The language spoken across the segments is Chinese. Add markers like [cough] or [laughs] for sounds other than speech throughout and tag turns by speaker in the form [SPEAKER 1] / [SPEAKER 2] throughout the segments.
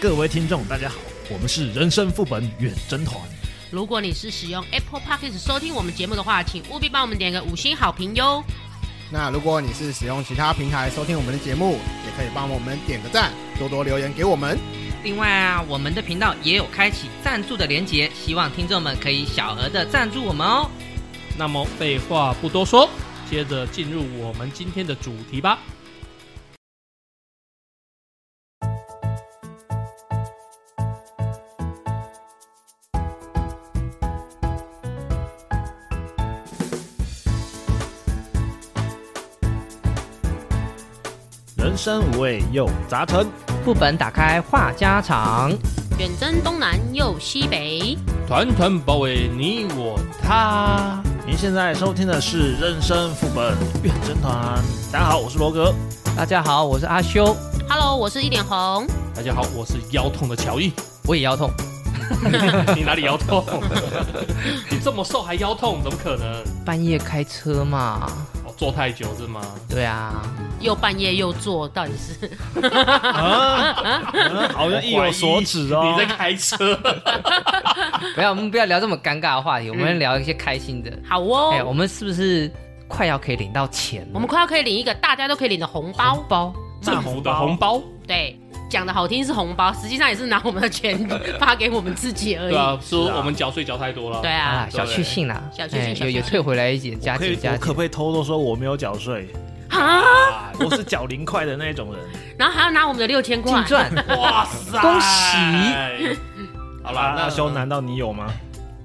[SPEAKER 1] 各位听众，大家好，我们是人生副本远征团。
[SPEAKER 2] 如果你是使用 Apple Podcast 收听我们节目的话，请务必帮我们点个五星好评哟。
[SPEAKER 3] 那如果你是使用其他平台收听我们的节目，也可以帮我们点个赞，多多留言给我们。
[SPEAKER 4] 另外啊，我们的频道也有开启赞助的连结，希望听众们可以小额的赞助我们哦。
[SPEAKER 5] 那么废话不多说，接着进入我们今天的主题吧。
[SPEAKER 1] 人生五味又杂陈，
[SPEAKER 4] 副本打开话家常，
[SPEAKER 2] 远征东南又西北，
[SPEAKER 5] 团团包围你我他。
[SPEAKER 1] 您现在收听的是人生副本远征团。大家好，我是罗格。
[SPEAKER 4] 大家好，我是阿修，
[SPEAKER 2] Hello，我是一点红。
[SPEAKER 5] 大家好，我是腰痛的
[SPEAKER 1] [laughs]
[SPEAKER 5] 乔伊。
[SPEAKER 4] 我也腰痛。
[SPEAKER 5] 你哪里腰痛？ [laughs] 你这么瘦还腰痛，怎么可能？
[SPEAKER 4] 半夜开车嘛，
[SPEAKER 5] 哦，坐太久是吗？
[SPEAKER 4] 对啊，
[SPEAKER 2] 又半夜又做，到底是 [laughs]
[SPEAKER 1] 啊，嗯好像意有所指哦。
[SPEAKER 5] 你在开车？
[SPEAKER 1] [laughs]
[SPEAKER 4] 不要，我们不要聊这么尴尬的话题，我们
[SPEAKER 2] 嗯
[SPEAKER 4] 聊一些开心的。
[SPEAKER 2] 好
[SPEAKER 4] 哎、
[SPEAKER 2] 哦。
[SPEAKER 4] 我们是不是快要可以领到钱了？
[SPEAKER 2] 我们快要可以领一个大家都可以领的红包，
[SPEAKER 4] 包
[SPEAKER 5] 政府的红包？
[SPEAKER 2] 对，讲的好听是红包，实际上也是拿我们的钱发给我们自己而已。
[SPEAKER 5] 对啊，说我们缴税缴太多了。
[SPEAKER 2] 对啊，，
[SPEAKER 4] 啊小确幸啦，
[SPEAKER 2] 小确幸
[SPEAKER 4] 哎
[SPEAKER 2] 小确
[SPEAKER 4] 有有退回来一点，加
[SPEAKER 1] 我可以
[SPEAKER 4] 减加
[SPEAKER 1] 我可
[SPEAKER 4] 减
[SPEAKER 1] 不。可以偷偷说我没有缴税？
[SPEAKER 2] 啊，
[SPEAKER 5] 啊，
[SPEAKER 1] 我是缴零块的那种人。
[SPEAKER 2] 然后还要拿我们的六千块
[SPEAKER 4] 净，
[SPEAKER 1] [laughs]
[SPEAKER 4] 赚，
[SPEAKER 5] 哇塞！
[SPEAKER 4] 恭喜！
[SPEAKER 5] [laughs]
[SPEAKER 1] 好
[SPEAKER 5] 好啦，那
[SPEAKER 1] 那修，难道你有吗？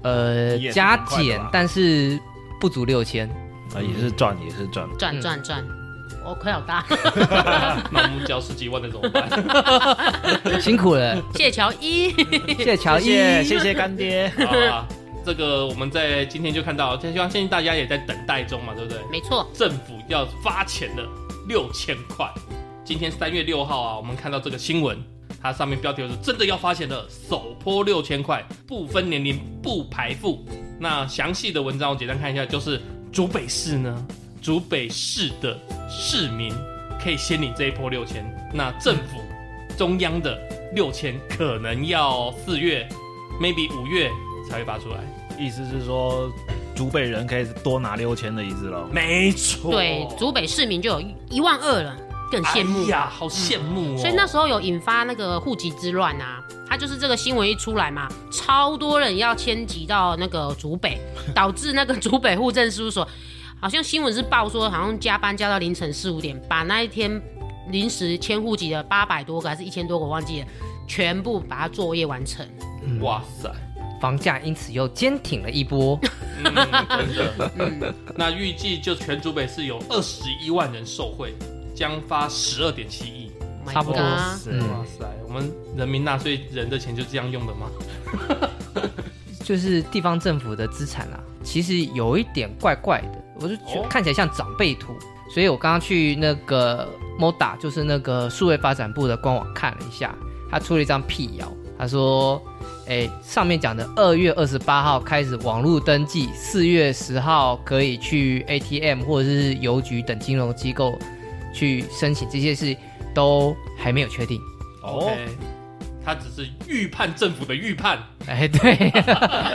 [SPEAKER 4] 呃
[SPEAKER 1] 也，是
[SPEAKER 4] 加
[SPEAKER 1] 挺快的
[SPEAKER 4] 减
[SPEAKER 1] 吧，
[SPEAKER 4] 但是不足六千。
[SPEAKER 1] 啊，也是赚，也是赚。
[SPEAKER 2] 赚
[SPEAKER 4] 嗯
[SPEAKER 2] 赚赚，我亏好大。 [laughs]
[SPEAKER 5] 那我们缴十几万的怎么办？
[SPEAKER 4] 辛苦
[SPEAKER 2] [laughs]
[SPEAKER 4] 了，
[SPEAKER 2] 谢谢乔伊，
[SPEAKER 4] 谢谢乔伊，
[SPEAKER 1] 谢谢谢谢干爹。
[SPEAKER 5] 好啦，这个我们在今天就看到，相信大家也在等待中嘛，对不对？
[SPEAKER 2] 没错，
[SPEAKER 5] 政府要发钱了，六千块。今天三月六号啊，我们看到这个新闻，它上面标题是真的要发钱了，首波六千块，不分年龄，不排付。那详细的文章我简单看一下，就是竹北市呢，竹北市的市民可以先领这一波六千，那政府中央的六千可能要四月，maybe 五月才会发出来。
[SPEAKER 1] [laughs] 意思是说，竹北人可以多拿六千的意思喽。
[SPEAKER 5] 没
[SPEAKER 4] 哦
[SPEAKER 5] 错，
[SPEAKER 2] 对，竹北市民就有一万二了，更羡慕嗯
[SPEAKER 5] 哎。呀，好羡慕哦。
[SPEAKER 2] 所以那时候有引发那个户籍之乱啊，他就是这个新闻一出来嘛，超多人要迁籍到那个竹北，导致那个竹北户政事务所，好像新闻是报说好像加班加到凌晨四五点，把那一天临时迁户籍的八百多个还是一千多个我忘记了，全部把它作业完成。
[SPEAKER 5] 哇塞，
[SPEAKER 4] 房价因此又坚挺了一波。
[SPEAKER 5] 嗯，真的。那预计就全竹北市有二十一万人受惠，将发十二点七亿。
[SPEAKER 2] Oh my
[SPEAKER 4] 差不多
[SPEAKER 2] god
[SPEAKER 4] 嗯
[SPEAKER 5] 哇，塞，我们人民纳税人的钱就这样用的吗？
[SPEAKER 4] 就是地方政府的资产啊，其实有一点怪怪的，我就觉得
[SPEAKER 5] 哦
[SPEAKER 4] 看起来像长辈图。所以我刚刚去那个 MODA，就是那个数位发展部的官网看了一下，他出了一张辟谣，他说，哎，上面讲的二月二十八号开始网络登记，四月十号可以去 ATM 或者是邮局等金融机构去申请，这些事都还没有确定。
[SPEAKER 1] 哦
[SPEAKER 5] OK，他只是预判政府的预判。
[SPEAKER 4] 哎，对。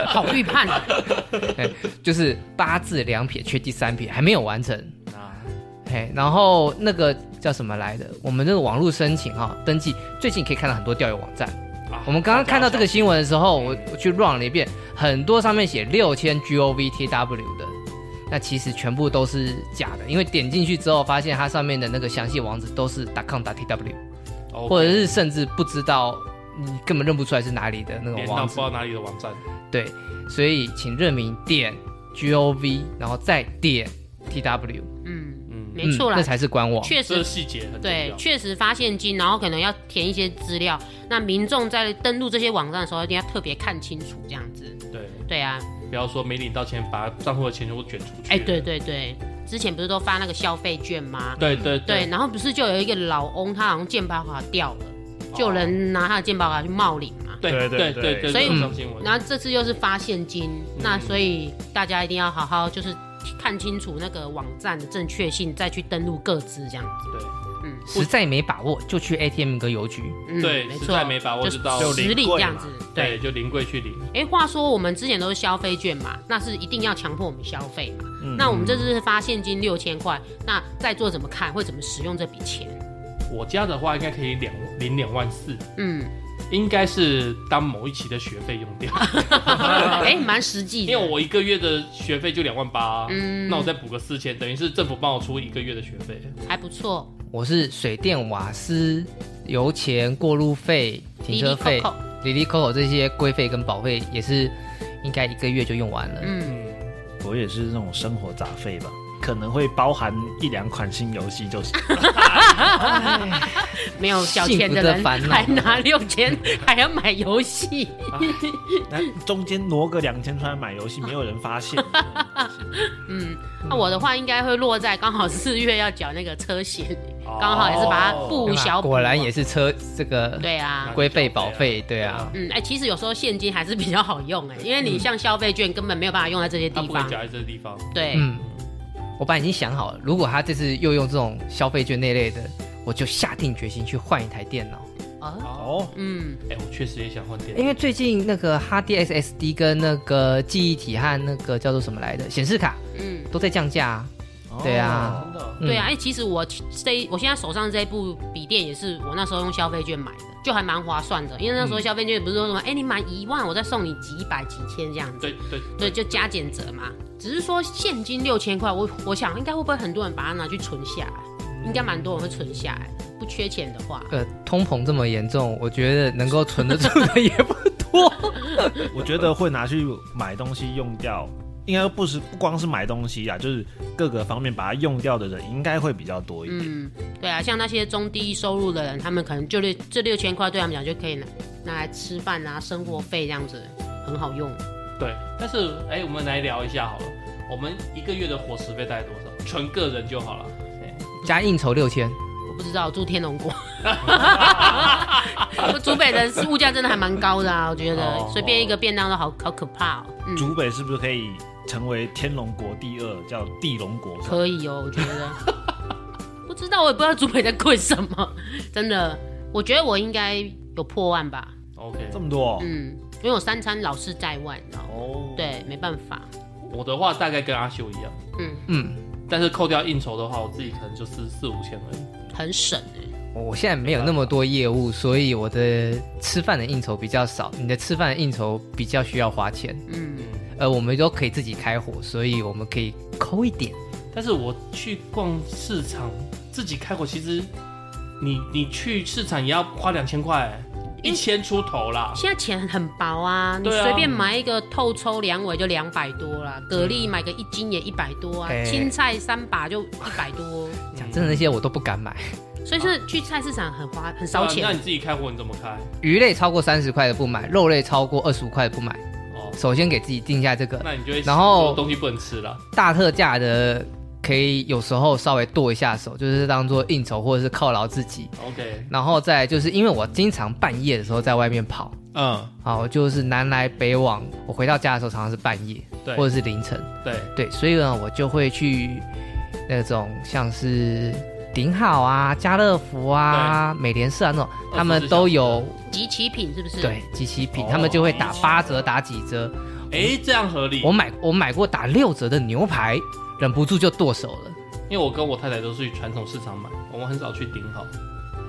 [SPEAKER 2] 好预判，
[SPEAKER 4] 哎，就是八字两撇缺第三撇，还没有完成。
[SPEAKER 5] 啊，
[SPEAKER 4] 哎，然后那个叫什么来的？我们这个网络申请哈、登记最近可以看到很多钓鱼网站。
[SPEAKER 5] 啊
[SPEAKER 4] 我们刚刚看到这个新闻的时候，我我去 run 了一遍，很多上面写六千 govtw 的，那其实全部都是假的，因为点进去之后发现它上面的那个详细网址都是 .com .tw，
[SPEAKER 5] OK，
[SPEAKER 4] 或者是甚至不知道你根本认不出来是哪里的那种
[SPEAKER 5] 连到
[SPEAKER 4] 网
[SPEAKER 5] 不
[SPEAKER 4] 址
[SPEAKER 5] 知。道哪里的网站。
[SPEAKER 4] 对，所以请认明点 G O V，然后再点 T W，
[SPEAKER 2] 嗯，
[SPEAKER 5] 嗯，
[SPEAKER 2] 没错啦
[SPEAKER 4] 那才是官网。
[SPEAKER 2] 确
[SPEAKER 5] 这
[SPEAKER 2] 实
[SPEAKER 5] 个细节很重
[SPEAKER 2] 对
[SPEAKER 5] 要，。
[SPEAKER 2] 确实发现金，然后可能要填一些资料。那民众在登录这些网站的时候，一定要特别看清楚，这样子。
[SPEAKER 5] 对，
[SPEAKER 2] 对啊，
[SPEAKER 5] 不要说没领到钱，把账户的钱全部卷出去。
[SPEAKER 2] 哎、对对对，之前不是都发那个消费券吗？
[SPEAKER 5] 对嗯对
[SPEAKER 2] 对，，然后不是就有一个老翁，他好像健保卡掉了，就有人
[SPEAKER 5] 哦
[SPEAKER 2] 拿他的健保卡去冒领嘛。
[SPEAKER 5] 对
[SPEAKER 1] 对
[SPEAKER 5] 对
[SPEAKER 1] 对
[SPEAKER 5] 对对，
[SPEAKER 1] 对
[SPEAKER 2] 所以
[SPEAKER 5] 这种新闻
[SPEAKER 2] 然后这次又是发现金，
[SPEAKER 5] 嗯
[SPEAKER 2] 那所以大家一定要好好就是看清楚那个网站的正确性，再去登录各自这样子。
[SPEAKER 5] 对，
[SPEAKER 2] 嗯
[SPEAKER 4] 实在没把握就去 ATM 跟邮局。
[SPEAKER 2] 嗯，
[SPEAKER 5] 对
[SPEAKER 2] 没
[SPEAKER 5] 实
[SPEAKER 2] 错，
[SPEAKER 5] 在没把握就到
[SPEAKER 2] 实力这样子。对，
[SPEAKER 5] 对，就临柜去领。
[SPEAKER 2] 哎，话说我们之前都是消费券嘛，那是一定要强迫我们消费嘛。
[SPEAKER 1] 嗯
[SPEAKER 2] 那我们这次是发现金六千块，那在座怎么看？会怎么使用这笔钱？
[SPEAKER 5] 我家的话应该可以两领两万四，
[SPEAKER 4] [laughs]
[SPEAKER 2] 嗯，
[SPEAKER 5] 应该是当某一期的学费用
[SPEAKER 2] [laughs]
[SPEAKER 5] 掉，
[SPEAKER 2] 哎，蛮实际的。
[SPEAKER 5] 因为我一个月的学费就两万八，
[SPEAKER 2] 嗯
[SPEAKER 5] 那我再补个四千，等于是政府帮我出一个月的学费。
[SPEAKER 2] 还不错，
[SPEAKER 4] 我是水电、瓦斯、油钱、过路费、停车费、
[SPEAKER 2] 扣扣，
[SPEAKER 4] 里里口口这些规费跟保费也是应该一个月就用完了。
[SPEAKER 2] 嗯，
[SPEAKER 5] 嗯，
[SPEAKER 1] 我也是那种生活杂费吧，可能会包含一两款新游戏，
[SPEAKER 2] [laughs]
[SPEAKER 1] 就是
[SPEAKER 2] 没有小钱
[SPEAKER 4] 幸
[SPEAKER 2] 人
[SPEAKER 4] 福的烦恼啊
[SPEAKER 2] 还拿六千，还要买游戏，
[SPEAKER 1] 那中间挪个两千出来买游戏，没有人发
[SPEAKER 2] [laughs]
[SPEAKER 1] 现。
[SPEAKER 2] 嗯，那我的话应该会落在刚好四月要缴那个车险，刚好也是把它
[SPEAKER 5] 哦
[SPEAKER 2] 补
[SPEAKER 4] 对吧
[SPEAKER 2] 小补嘛，啊
[SPEAKER 4] 果然也是车这个
[SPEAKER 2] 对啊。
[SPEAKER 4] 规费保费，对啊，
[SPEAKER 2] 嗯，哎、其实有时候现金还是比较好用哎、因为
[SPEAKER 4] 嗯
[SPEAKER 2] 你像消费券根本没有办法用在这些
[SPEAKER 5] 他
[SPEAKER 2] 地
[SPEAKER 5] 不会
[SPEAKER 2] 方。
[SPEAKER 5] 夹在这个地方。
[SPEAKER 2] 对，啊
[SPEAKER 4] 嗯，我本来已经想好了，如果他这次又用这种消费券那类的，我就下定决心去换一台电脑，
[SPEAKER 2] 哦，
[SPEAKER 5] 哦，
[SPEAKER 1] 哦，
[SPEAKER 2] 嗯，哎
[SPEAKER 5] 哎，我确实也想换电脑
[SPEAKER 4] 因为最近那个哈 D S S D 跟那个记忆体和那个叫做什么来的显示卡
[SPEAKER 2] 嗯，
[SPEAKER 4] 都在降价、啊，对啊，
[SPEAKER 5] 真的哦。
[SPEAKER 4] 嗯
[SPEAKER 2] 对啊，哎、其实我这我现在手上这部笔电也是我那时候用消费券买的，就还蛮划算的，因为那时候消费券不是说什么，哎、你满一万我再送你几百几千这样子，
[SPEAKER 5] 对对，
[SPEAKER 2] 对，就加减折嘛。只是说现金六千块，我我想应该会不会很多人把它拿去存下来，应该蛮多人会存下来，不缺钱的话，
[SPEAKER 4] 呃，通膨这么严重，我觉得能够存得住的也不 [laughs] 多。
[SPEAKER 1] 我觉得会拿去买东西用掉，应该不是不光是买东西啊，就是各个方面把它用掉的人应该会比较多一点。
[SPEAKER 2] 嗯，对啊，像那些中低收入的人，他们可能就六这六千块对他们讲就可以拿拿来吃饭啊、生活费这样子，很好用。
[SPEAKER 5] 对，但是哎，我们来聊一下好了，我们一个月的伙食费大概多少？纯个人就好了。哎
[SPEAKER 4] 加应酬六千，
[SPEAKER 2] 我不知道，我住天龙国，竹北的物价真的还蛮高的啊，我觉得
[SPEAKER 5] 哦
[SPEAKER 2] 随便一个便当都好好可怕哦。嗯，
[SPEAKER 1] 竹北是不是可以成为天龙国第二，叫地龙国？
[SPEAKER 2] 可以哦，我觉得。 [laughs] 不知道，我也不知道竹北在贵什么，真的，我觉得我应该有破万吧。
[SPEAKER 5] OK，
[SPEAKER 1] 这么多哦、
[SPEAKER 2] 嗯，因为我三餐老是在外，你知道吗？
[SPEAKER 1] 哦，
[SPEAKER 2] 对，没办法。
[SPEAKER 5] 我的话大概跟阿修一样，
[SPEAKER 2] 嗯，
[SPEAKER 4] 嗯，
[SPEAKER 5] 但是扣掉应酬的话，我自己可能就四四五千而已。
[SPEAKER 2] 很省哎、
[SPEAKER 4] 我现在没有那么多业务，所以我的吃饭的应酬比较少。你的吃饭的应酬比较需要花钱，
[SPEAKER 2] 嗯，
[SPEAKER 5] 嗯，
[SPEAKER 4] 呃，我们都可以自己开火，所以我们可以抠一点。
[SPEAKER 5] 但是我去逛市场自己开火，其实你你去市场也要花两千块，
[SPEAKER 4] 嗯
[SPEAKER 5] 一千出头啦。
[SPEAKER 2] 现在钱很薄啊，你
[SPEAKER 5] 对啊
[SPEAKER 2] 随便买一个透抽两尾就两百多啦，蛤蜊买个一斤也一百多啊，
[SPEAKER 4] 哎
[SPEAKER 2] 青菜三把就一百多，
[SPEAKER 4] 讲真的，那些我都不敢买。
[SPEAKER 2] 所以是去菜市场很花很
[SPEAKER 5] 对啊
[SPEAKER 2] 烧
[SPEAKER 5] 那
[SPEAKER 2] 钱。
[SPEAKER 5] 你自己开火你怎么开？
[SPEAKER 4] 鱼类超过三十块的不买，肉类超过二十五块的不买。
[SPEAKER 5] 哦，
[SPEAKER 4] 首先给自己定下这个
[SPEAKER 5] 那你就会
[SPEAKER 4] 然后
[SPEAKER 5] 很多东西不能吃了。
[SPEAKER 4] 大特价的，可以有时候稍微剁一下手，就是当做应酬或者是犒劳自己。
[SPEAKER 5] OK，
[SPEAKER 4] 然后再来就是因为我经常半夜的时候在外面跑，
[SPEAKER 5] 嗯，
[SPEAKER 4] 啊，我就是南来北往，我回到家的时候常常是半夜
[SPEAKER 5] 对
[SPEAKER 4] 或者是凌晨，
[SPEAKER 5] 对，
[SPEAKER 4] 对，所以呢，我就会去那种像是顶好啊、家乐福啊、美联社啊那种，他们都有
[SPEAKER 2] 集齐品是不是？
[SPEAKER 4] 对集齐品
[SPEAKER 5] 哦，
[SPEAKER 4] 他们就会打八折、打几折。
[SPEAKER 5] 哎、这样合理。
[SPEAKER 4] 我买我买过打六折的牛排，忍不住就剁手了。
[SPEAKER 5] 因为我跟我太太都是去传统市场买，我们很少去顶好，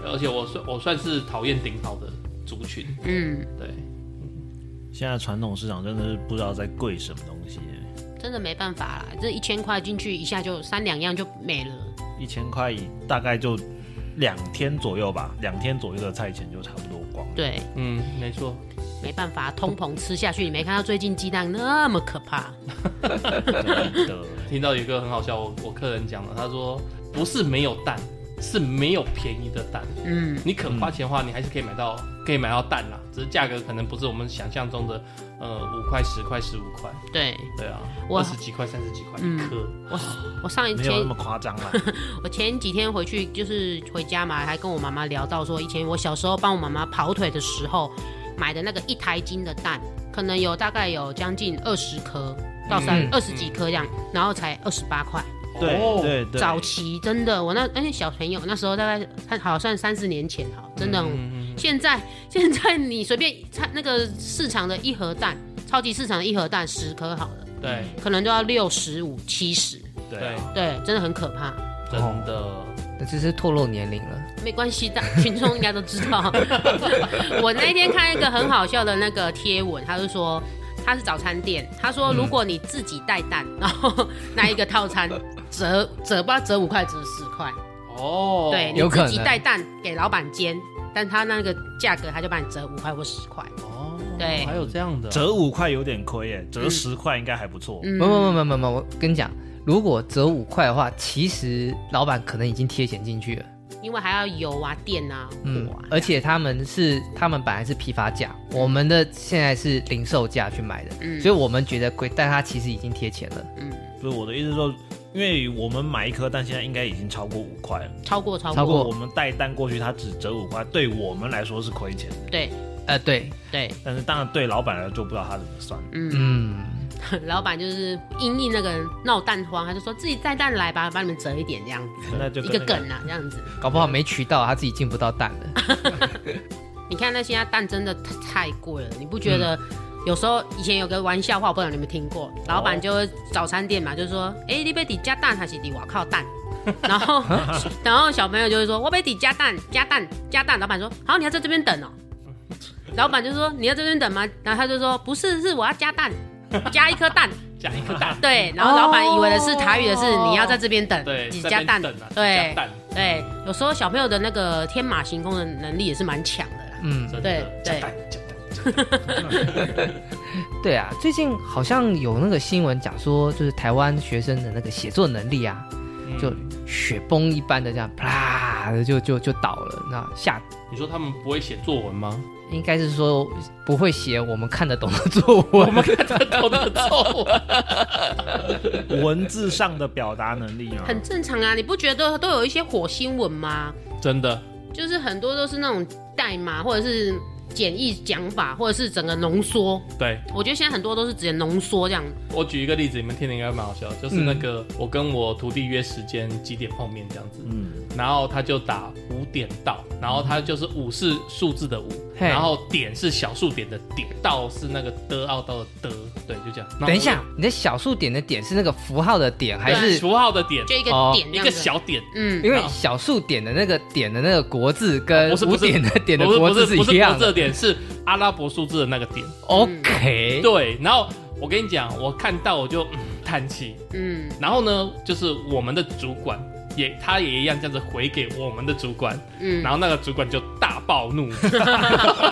[SPEAKER 5] 而且我算我算是讨厌顶好的族群。
[SPEAKER 2] 嗯，
[SPEAKER 5] 对，
[SPEAKER 1] 现在传统市场真的是不知道在贵什么东西耶，
[SPEAKER 2] 真的没办法啦，这一千块进去一下就三两样就没了。
[SPEAKER 1] 一千块大概就两天左右吧，两天左右的菜钱就差不多光了。
[SPEAKER 2] 对，
[SPEAKER 5] 嗯，没错。
[SPEAKER 2] 没办法，通膨吃下去，你没看到最近鸡蛋那么可怕？ [laughs]
[SPEAKER 1] 真的，
[SPEAKER 5] 听到有一个很好笑，我我客人讲了，他说不是没有蛋，是没有便宜的蛋。
[SPEAKER 2] 嗯，
[SPEAKER 5] 你肯花钱的话，你还是可以买到可以买到蛋啦，只是价格可能不是我们想象中的，呃，五块、十块、十五块，
[SPEAKER 2] 对
[SPEAKER 5] 对啊，
[SPEAKER 2] 哇
[SPEAKER 5] 二十几块、三十几块一
[SPEAKER 2] 嗯
[SPEAKER 5] 颗。
[SPEAKER 2] 我上一
[SPEAKER 1] 没有那
[SPEAKER 2] 天
[SPEAKER 1] 么夸张
[SPEAKER 2] [laughs]
[SPEAKER 1] 啦。
[SPEAKER 2] 我前几天回去就是回家嘛，还跟我妈妈聊到说，以前我小时候帮我妈妈跑腿的时候买的那个一台斤的蛋，可能有大概有将近二十颗到三
[SPEAKER 4] 嗯
[SPEAKER 2] 二十几颗这样，然后才二十八块。
[SPEAKER 5] 哦，
[SPEAKER 1] 对
[SPEAKER 5] 哦
[SPEAKER 1] 对对，
[SPEAKER 2] 早期真的，我那而且小朋友那时候大概他好算三四年前好，真的很。
[SPEAKER 5] 嗯嗯
[SPEAKER 2] 现在 [laughs] 现在你随便菜那个市场的一盒蛋，超级市场的一盒蛋十颗好了，
[SPEAKER 5] 嗯对，
[SPEAKER 2] 可能都要六十五七十，
[SPEAKER 1] 对
[SPEAKER 5] 对
[SPEAKER 1] 啊，
[SPEAKER 2] 对，真的很可怕。
[SPEAKER 1] 哦
[SPEAKER 5] 真的，
[SPEAKER 4] 那这是透露年龄了。
[SPEAKER 2] 没关系的，群众应该都知
[SPEAKER 5] [laughs]
[SPEAKER 2] 道。我那天看一个很好笑的那个贴文，他就说他是早餐店，他说如果你自己带蛋，然后那一个套餐折折不知道折五块折十块，
[SPEAKER 5] 哦，
[SPEAKER 2] 对你
[SPEAKER 4] 有可
[SPEAKER 2] 自己
[SPEAKER 4] 能
[SPEAKER 2] 带蛋给老板煎，但他那个价格他就帮你折五块或十块。
[SPEAKER 5] 哦，
[SPEAKER 2] 对
[SPEAKER 5] 还有这样的，啊
[SPEAKER 1] 折五块有点亏耶，折
[SPEAKER 2] 嗯
[SPEAKER 1] 十块应该还不错。
[SPEAKER 2] 嗯
[SPEAKER 4] 没没没没没，我跟你讲，如果折五块的话，其实老板可能已经贴钱进去了。
[SPEAKER 2] 因为还要油啊、电啊、
[SPEAKER 4] 嗯
[SPEAKER 2] 火啊，，
[SPEAKER 4] 而且他们是他们本来是批发价，我们的现在是零售价去买的，
[SPEAKER 2] 嗯
[SPEAKER 4] 所以我们觉得贵，但他其实已经贴钱了。
[SPEAKER 2] 嗯，
[SPEAKER 1] 不是我的意思是说，因为我们买一颗蛋现在应该已经超过五块了，
[SPEAKER 2] 超过超
[SPEAKER 4] 超
[SPEAKER 1] 如
[SPEAKER 4] 过
[SPEAKER 1] 果我们带蛋过去，它只折五块，对我们来说是亏钱的，
[SPEAKER 2] 对
[SPEAKER 4] 呃，对，
[SPEAKER 2] 对，
[SPEAKER 1] 但是当然对老板来说就不知道他怎么算。
[SPEAKER 2] 嗯，
[SPEAKER 4] 嗯，
[SPEAKER 2] [laughs] 老板就是因应那个闹蛋荒，他就说自己带蛋来吧，帮你们折一点这样子。
[SPEAKER 1] 那就
[SPEAKER 2] 嗯一
[SPEAKER 1] 跟
[SPEAKER 2] 个
[SPEAKER 1] 那
[SPEAKER 2] 梗啊，这样子。
[SPEAKER 4] 搞不好没渠道，他自己进不到蛋
[SPEAKER 5] [laughs]
[SPEAKER 4] 了。
[SPEAKER 2] 你看那现在蛋真的太贵了，你不觉
[SPEAKER 5] 嗯
[SPEAKER 2] 得？有时候以前有个玩笑话，我不知道你们有没有听过，老板就会早餐店嘛，就说：“哎、你被底加蛋还是底瓦靠
[SPEAKER 5] [laughs]
[SPEAKER 2] 蛋？”然后，然后小朋友就会说：“我被底加蛋，加蛋，加蛋。”老板说：“好，你要在这边等哦。”老板就说：“你要在这边等吗？”然后他就说：“不是，是我要加蛋，加一颗蛋。
[SPEAKER 5] 加一颗
[SPEAKER 2] [laughs]
[SPEAKER 5] 蛋，”
[SPEAKER 2] 对，然后老板以为的是台语的是你要在这边等
[SPEAKER 5] 哦对，，
[SPEAKER 2] 几
[SPEAKER 5] 在
[SPEAKER 2] 加
[SPEAKER 5] 那边
[SPEAKER 2] 蛋，
[SPEAKER 5] 等啊，几
[SPEAKER 2] 对
[SPEAKER 5] 加蛋，
[SPEAKER 2] 对，有时候小朋友的那个天马行空的能力也是蛮强的啦。
[SPEAKER 4] 嗯，
[SPEAKER 5] 真
[SPEAKER 2] 对
[SPEAKER 5] 的，加
[SPEAKER 2] 对
[SPEAKER 5] 蛋，加蛋，
[SPEAKER 4] 对啊，最近好像有那个新闻讲说，就是台湾学生的那个写作能力啊，
[SPEAKER 5] 嗯
[SPEAKER 4] 就雪崩一般的这样啪的就就就倒了，那下
[SPEAKER 5] 你说他们不会写作
[SPEAKER 2] [laughs]
[SPEAKER 5] 文吗？
[SPEAKER 4] 应该是说不会写我们看得懂的作文，我们
[SPEAKER 5] 都的作文，
[SPEAKER 1] 文字上的表达能力啊，
[SPEAKER 2] 很正常啊，你不觉得都有一些火星文吗？
[SPEAKER 5] 真的，
[SPEAKER 2] 就是很多都是那种代码或者是简易讲法，或者是整个浓缩。
[SPEAKER 5] 对
[SPEAKER 2] 我觉得现在很多都是直接浓缩这样。
[SPEAKER 5] 我举一个例子，你们听的应该蛮好笑的，就是那个、我跟我徒弟约时间几点碰面这样子，
[SPEAKER 1] 嗯，
[SPEAKER 5] 然后他就打五点到，然后他就是五是数字的五，
[SPEAKER 4] 嘿
[SPEAKER 5] 然后点是小数点的点，到是那个的奥道的的，对，就这样。然后
[SPEAKER 4] [laughs] 等一下，你的小数点的点是那个符号的点，还
[SPEAKER 5] 我，对
[SPEAKER 4] 是
[SPEAKER 5] 符号的点，
[SPEAKER 2] 就一个
[SPEAKER 4] 哦
[SPEAKER 2] 点这
[SPEAKER 5] 一
[SPEAKER 2] 样
[SPEAKER 5] 个
[SPEAKER 2] 子，
[SPEAKER 5] 小点，
[SPEAKER 2] 嗯，
[SPEAKER 4] 因为小数点的那个点的那个国字跟
[SPEAKER 5] 啊不是
[SPEAKER 4] 五
[SPEAKER 5] 不是
[SPEAKER 4] 点的点的
[SPEAKER 5] 不是
[SPEAKER 4] 国
[SPEAKER 5] 不
[SPEAKER 4] 字
[SPEAKER 5] 是不是国
[SPEAKER 4] 一样
[SPEAKER 5] 字的
[SPEAKER 4] 的。
[SPEAKER 5] 点，是阿拉伯数字的那个点。
[SPEAKER 4] OK，
[SPEAKER 5] 对，然后我跟你讲，我看到我就、嗯、叹气，
[SPEAKER 2] 嗯，
[SPEAKER 5] 然后呢，就是我们的主管也，他也一样这样子回给我们的主管，
[SPEAKER 2] 嗯
[SPEAKER 5] 然后那个主管就大暴怒， [laughs]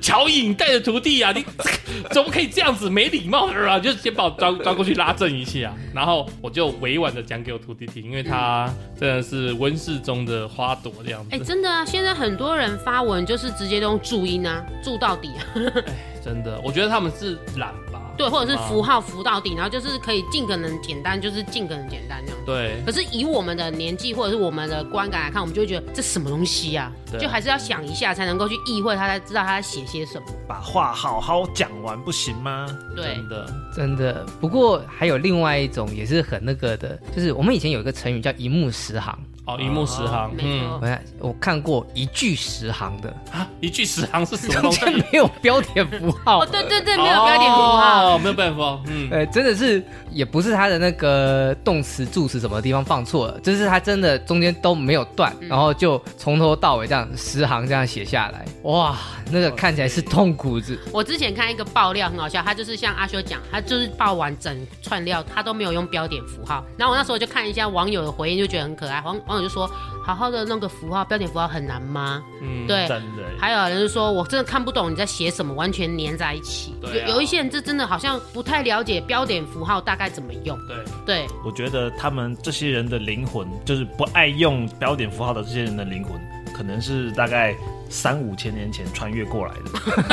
[SPEAKER 5] 乔颖带的徒弟啊，你 [laughs] 怎么可以这样子没礼貌啊？就先把我抓抓过去拉正一下、然后我就委婉的讲给我徒弟听，因为他真的是温室中的花朵这样
[SPEAKER 2] 哎、
[SPEAKER 5] 子，
[SPEAKER 2] 真的啊，现在很多人发文就是直接都用注音啊，注到底啊， [laughs]
[SPEAKER 5] 真的，我觉得他们是懒吧，
[SPEAKER 2] 对，或者是
[SPEAKER 5] 啊
[SPEAKER 2] 符号符到底，然后就是可以尽可能简单，就是尽可能简单这样。
[SPEAKER 5] 对
[SPEAKER 2] 可是以我们的年纪或者是我们的观感来看，我们就会觉得这什么东西呀、
[SPEAKER 5] 对啊
[SPEAKER 2] 就还是要想一下才能够去意会他，才知道他在写些什么。
[SPEAKER 1] 把话好好讲完不行吗？
[SPEAKER 2] 对
[SPEAKER 5] 真，的，
[SPEAKER 4] 真的。不过还有另外一种也是很那个的，就是我们以前有一个成语叫一目十行。
[SPEAKER 5] 哦，一目十行，
[SPEAKER 2] 没
[SPEAKER 5] 嗯
[SPEAKER 2] 错。
[SPEAKER 4] 我看我看过一句十行的， [laughs]
[SPEAKER 5] 啊，一句十行是什么哦
[SPEAKER 4] 中
[SPEAKER 2] [laughs]
[SPEAKER 5] 东西？
[SPEAKER 4] 间没有标点符号。
[SPEAKER 2] 哦，对对对，没有标点符号。
[SPEAKER 5] 哦，没有办法，嗯，
[SPEAKER 4] 呃，真的是也不是他的那个动词、助词什么地方放错了，就是他真的中间都没有断，然后就从头到尾这样十行这样写下来，哇，那个看起来是痛苦之，
[SPEAKER 2] 我之前看一个爆料很好笑，他就是像阿修讲，他就是爆完整串料，他都没有用标点符号。然后我那时候就看一下网友的回应，就觉得很可爱。网网友就说：“好好的弄个符号，标点符号很难吗？”
[SPEAKER 5] 嗯
[SPEAKER 2] 对，
[SPEAKER 1] 真的耶，
[SPEAKER 2] 还有人就说，我真的看不懂你在写什么，完全粘在一起。
[SPEAKER 5] 对啊
[SPEAKER 2] 有有一些人这真的好像不太了解标点符号大概怎么用。
[SPEAKER 5] 对，
[SPEAKER 2] 对，
[SPEAKER 1] 我觉得他们这些人的灵魂，就是不爱用标点符号的这些人的灵魂，可能是大概三五千年前穿越过来
[SPEAKER 5] [laughs]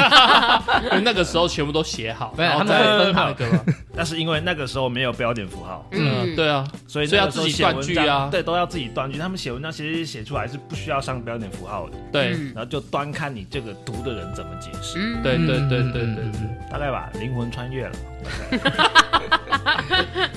[SPEAKER 1] 的。
[SPEAKER 5] 因为那个时候全部都写好，
[SPEAKER 4] 不是
[SPEAKER 5] 然后
[SPEAKER 4] 他们
[SPEAKER 5] 再
[SPEAKER 4] 会分好
[SPEAKER 5] 那个嘛，
[SPEAKER 1] 但是因为那个时候没有标点符号，
[SPEAKER 5] 嗯，对啊，
[SPEAKER 1] 所以
[SPEAKER 5] 所以
[SPEAKER 1] 那
[SPEAKER 5] 要
[SPEAKER 1] 个时候
[SPEAKER 5] 自己
[SPEAKER 1] 写文
[SPEAKER 5] 断句
[SPEAKER 1] 章
[SPEAKER 5] 啊
[SPEAKER 1] 对，都要自己断句。他们写文章其实写出来是不需要上标点符号的，
[SPEAKER 5] 对，
[SPEAKER 2] 嗯
[SPEAKER 1] 然后就端看你这个读的人怎么解释，
[SPEAKER 2] 嗯，
[SPEAKER 5] 对对对
[SPEAKER 4] 嗯
[SPEAKER 5] 对对对，
[SPEAKER 1] 大概吧，灵魂穿越了。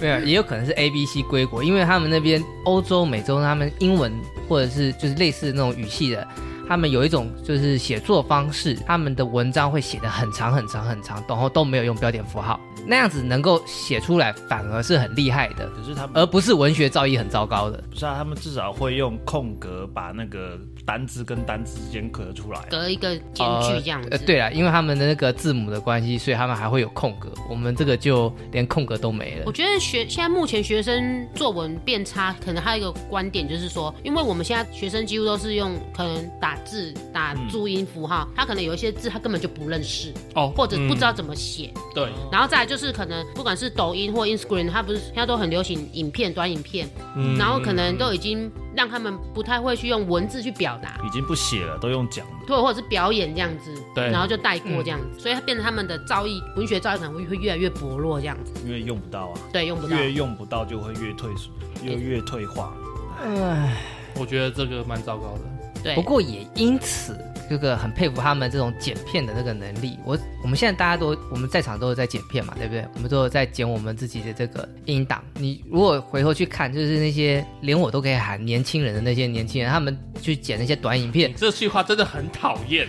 [SPEAKER 4] 没有，也有可能是 A、B、C 归国，因为他们那边欧洲、美洲，他们英文或者是就是类似那种语系的，他们有一种就是写作方式，他们的文章会写的很长很长很长，然后都没有用标点符号，那样子能够写出来，反而是很厉害的，
[SPEAKER 1] 可是他们
[SPEAKER 4] 而不是文学造诣很糟糕的。
[SPEAKER 1] 不是啊，他们至少会用空格把那个单字跟单字之间隔出来。
[SPEAKER 2] 隔一个间距这样子。
[SPEAKER 4] 呃，对了，因为他们的那个字母的关系，所以他们还会有空格，我们这个就连空格都没了
[SPEAKER 2] 我。觉得学现在目前学生作文变差，可能还有一个观点就是说，因为我们现在学生几乎都是用可能打字打
[SPEAKER 5] 嗯
[SPEAKER 2] 注音符号，他可能有一些字他根本就不认识，
[SPEAKER 5] 哦
[SPEAKER 2] 或者不知道怎么写。
[SPEAKER 5] 对，
[SPEAKER 2] 然后再来就是可能不管是抖音或 Instagram，它不是现在都很流行影片、短影片，
[SPEAKER 5] 嗯
[SPEAKER 2] 然后可能都已经让他们不太会去用文字去表达。
[SPEAKER 1] 已经不写了，都用讲的。
[SPEAKER 2] 对，或者是表演这样子，
[SPEAKER 5] 对
[SPEAKER 2] 然后就带
[SPEAKER 4] 嗯
[SPEAKER 2] 过这样子，所以它变成他们的造诣，文学造诣可能会会越来越薄弱这样子，
[SPEAKER 1] 因为用不到啊，
[SPEAKER 2] 对，用不到。
[SPEAKER 1] 越用不到就会越退缩，
[SPEAKER 5] 哎
[SPEAKER 1] 越越退化。
[SPEAKER 5] 我觉得这个蛮糟糕的。
[SPEAKER 2] 对，
[SPEAKER 4] 不过也因此，这个很佩服他们这种剪片的那个能力。我我们现在大家都我们在场都有在剪片嘛，对不对？我们都有在剪我们自己的这个音档。你如果回头去看，就是那些连我都可以喊年轻人的那些年轻人，他们去剪那些短影片
[SPEAKER 5] [laughs] 你，这句话真的很讨厌。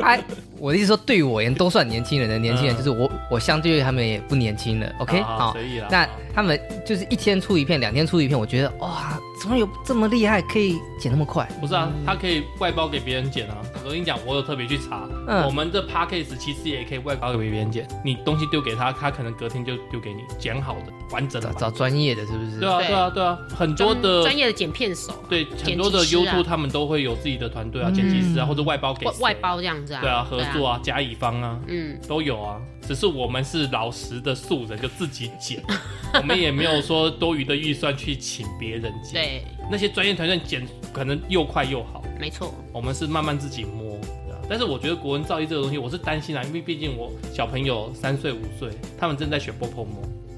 [SPEAKER 4] 哎，我的意思说，对于我而言都算年轻人的年轻人，
[SPEAKER 5] 嗯哦
[SPEAKER 4] 就是我，我相对于他们也不年轻了。OK，
[SPEAKER 5] 好
[SPEAKER 4] 好
[SPEAKER 5] 啊随意啦，
[SPEAKER 4] 那
[SPEAKER 5] 好
[SPEAKER 4] 他们就是一天出一片，两天出一片，我觉得哇，怎么有这么厉害，可以剪那么快？
[SPEAKER 5] 不是啊，
[SPEAKER 2] 嗯
[SPEAKER 5] 他可以外包给别人剪啊。我跟你讲，我有特别去查，
[SPEAKER 4] 嗯
[SPEAKER 5] 我们这 p a c k a g e 其实也可以外包给别人剪。你东西丢给他，他可能隔天就丢给你剪好的、完整
[SPEAKER 4] 找
[SPEAKER 5] 的版。
[SPEAKER 4] 找专业的是不是？
[SPEAKER 5] 对啊，
[SPEAKER 2] 对
[SPEAKER 5] 对啊，对啊，很多
[SPEAKER 2] 专
[SPEAKER 5] 的
[SPEAKER 2] 专业的剪片手，
[SPEAKER 5] 对很多的
[SPEAKER 2] 剪辑师啊
[SPEAKER 5] YouTube 他们都会有自己的团队啊，剪辑师啊，或者外包给
[SPEAKER 2] 外
[SPEAKER 5] 谁
[SPEAKER 2] 外包这样子啊，
[SPEAKER 5] 对啊，合作啊，甲乙方啊。
[SPEAKER 2] 嗯，
[SPEAKER 5] 都有啊，只是我们是老实的素人，就自己剪， [laughs] 我们也没有说多余的预算去请别人剪。，
[SPEAKER 2] 对，
[SPEAKER 5] 那些专业团队剪可能又快又好，
[SPEAKER 2] 没错，
[SPEAKER 5] 我们是慢慢自己摸。对啊但是我觉得国文造诣这个东西，我是担心啊，因为毕竟我小朋友三岁五岁，他们正在学 p o p o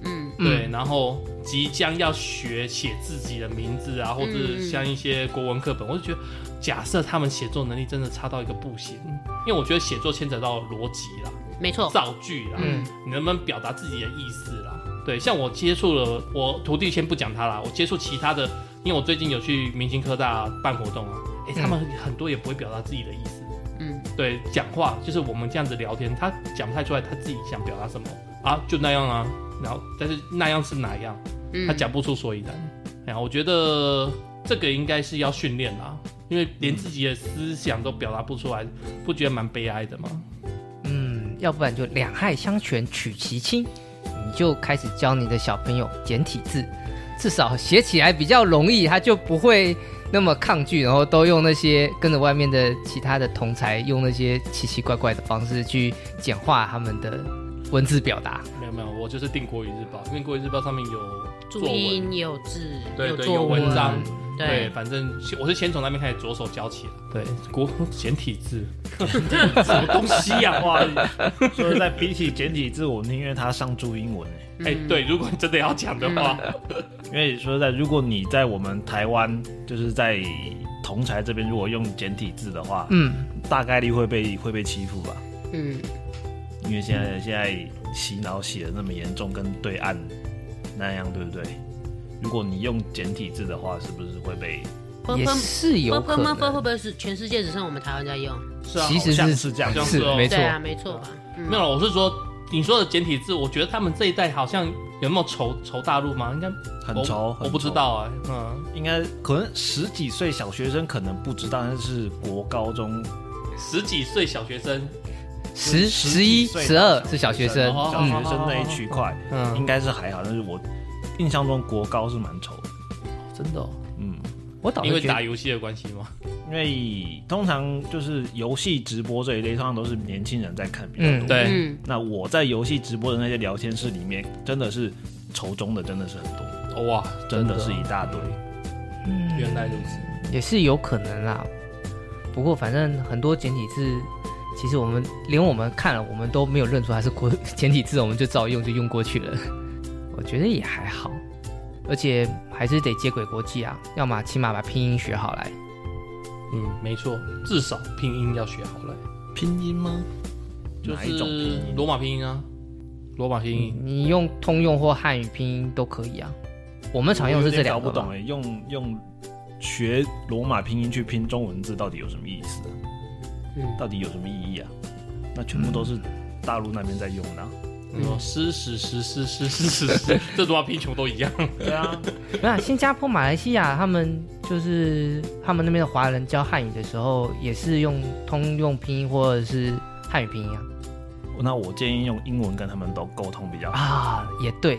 [SPEAKER 2] 嗯，
[SPEAKER 4] 嗯
[SPEAKER 5] 对，然后即将要学写自己的名字啊，或者
[SPEAKER 2] 嗯
[SPEAKER 5] 是像一些国文课本，我就觉得，假设他们写作能力真的差到一个不行，因为我觉得写作牵扯到逻辑啦、
[SPEAKER 2] 没错，
[SPEAKER 5] 造句啦，
[SPEAKER 4] 嗯
[SPEAKER 5] 你能不能表达自己的意思啦？对，像我接触了，我徒弟先不讲他啦，我接触其他的，因为我最近有去明星科大办活动啊，哎、他们很多也不会表达自己的意思，
[SPEAKER 2] 嗯，
[SPEAKER 5] 对，讲话就是我们这样子聊天，他讲不太出来他自己想表达什么啊，就那样啊，然后但是那样是哪样，
[SPEAKER 2] 嗯
[SPEAKER 5] 他讲不出所以然，哎呀，我觉得这个应该是要训练啦，因为连自己的思想都表达不出来，不觉得蛮悲哀的吗？
[SPEAKER 4] 嗯，要不然就两害相权取其轻，你就开始教你的小朋友简体字，至少写起来比较容易，他就不会那么抗拒，然后都用那些跟着外面的其他的同才用那些奇奇怪怪的方式去简化他们的文字表达。
[SPEAKER 5] 没有没有，我就是订国语日报，因为国语日报上面有
[SPEAKER 2] 嗯注
[SPEAKER 5] 作文，
[SPEAKER 2] 音有字，
[SPEAKER 5] 对对，
[SPEAKER 2] 作
[SPEAKER 5] 有文章，，对，
[SPEAKER 2] 对，
[SPEAKER 5] 反正我是先从那边开始着手教起了。对，国 [laughs] 简体字，什么东西呀、哇！
[SPEAKER 1] [laughs] 所以在比起简体字，我宁愿他上注英文、欸。
[SPEAKER 5] 哎、对，如果你真的要讲的话，
[SPEAKER 1] 因为说实在，如果你在我们台湾，就是在同才这边，如果用简体字的话，
[SPEAKER 4] 嗯，
[SPEAKER 1] 大概率会被会被欺负吧。
[SPEAKER 2] 嗯，
[SPEAKER 1] 因为现在现在洗脑洗的那么严重，跟对岸那样，对不对？如果你用简体字的话，是不是会被？
[SPEAKER 4] 也是有可
[SPEAKER 2] 会不
[SPEAKER 4] 能。
[SPEAKER 2] 会是全世界只剩我们台湾在用？
[SPEAKER 5] [laughs] 是啊，
[SPEAKER 4] 其
[SPEAKER 1] 好
[SPEAKER 4] 实是
[SPEAKER 1] 像是这样
[SPEAKER 5] 好像
[SPEAKER 4] 是
[SPEAKER 5] 是哦
[SPEAKER 4] 没错
[SPEAKER 2] 对。啊，没错吧？嗯
[SPEAKER 5] 没有，我是说你说的简体字，我觉得他们这一代好像有没有仇仇大陆吗？应该
[SPEAKER 1] 很
[SPEAKER 5] 我
[SPEAKER 1] 愁很
[SPEAKER 5] 我不知
[SPEAKER 1] 愁
[SPEAKER 5] 道啊、嗯，
[SPEAKER 1] 应该可能十几岁小学生可能不知道，但是国高中
[SPEAKER 5] 十几岁小学生，
[SPEAKER 4] 十、
[SPEAKER 1] 十
[SPEAKER 4] 十一、
[SPEAKER 1] 几岁
[SPEAKER 4] 十二是小学生，嗯
[SPEAKER 5] 哦
[SPEAKER 1] 小学生那一区块，
[SPEAKER 5] 嗯
[SPEAKER 1] 应该是还好。但是我印象中国高是蛮丑的，
[SPEAKER 5] 真的、哦，
[SPEAKER 1] 嗯，
[SPEAKER 4] 我倒
[SPEAKER 5] 因为
[SPEAKER 4] 是觉
[SPEAKER 5] 打
[SPEAKER 4] 得，
[SPEAKER 5] 游戏的关系吗？
[SPEAKER 1] 因为通常就是游戏直播这一类，通常都是年轻人在看比较多。
[SPEAKER 4] 嗯
[SPEAKER 5] 对
[SPEAKER 2] 嗯，
[SPEAKER 1] 那我在游戏直播的那些聊天室里面，真的是仇中的真的是很多，
[SPEAKER 5] 哇，
[SPEAKER 1] 真的是一大堆。
[SPEAKER 5] 原来如此。
[SPEAKER 4] 也是有可能啦。不过反正很多简体字，其实我们连我们看了，我们都没有认出它是国 [laughs] 简体字，我们就照用就用过去了。 [laughs] 我觉得也还好，而且还是得接轨国际啊，要么起码把拼音学好来。
[SPEAKER 5] 嗯，没错，至少拼音要学好了，
[SPEAKER 1] 拼音吗？
[SPEAKER 5] 就
[SPEAKER 1] 哪一种拼
[SPEAKER 5] 是
[SPEAKER 1] 音？
[SPEAKER 5] 罗马拼音啊。罗马拼
[SPEAKER 1] 嗯
[SPEAKER 5] 音
[SPEAKER 4] 你用通用或汉语拼音都可以啊。我们常用
[SPEAKER 1] 我有
[SPEAKER 4] 是这
[SPEAKER 1] 点
[SPEAKER 4] 两
[SPEAKER 1] 搞
[SPEAKER 4] 个
[SPEAKER 1] 不懂
[SPEAKER 4] 嘛。
[SPEAKER 1] 哎、用用学罗马拼音去拼中文字到底有什么意思、啊？
[SPEAKER 2] 嗯，
[SPEAKER 1] 到底有什么意义啊？那全部都是大陆那边在用的啊、
[SPEAKER 5] 什么诗史诗诗诗诗诗诗，这罗马拼音全部都一样。
[SPEAKER 1] 对啊，
[SPEAKER 4] 那新加坡、马来西亚他们就是他们那边的华人教汉语的时候，也是用通用拼音或者是汉语拼音啊。
[SPEAKER 1] [laughs] 那我建议用英文跟他们都沟通比较好。
[SPEAKER 4] 啊，也对，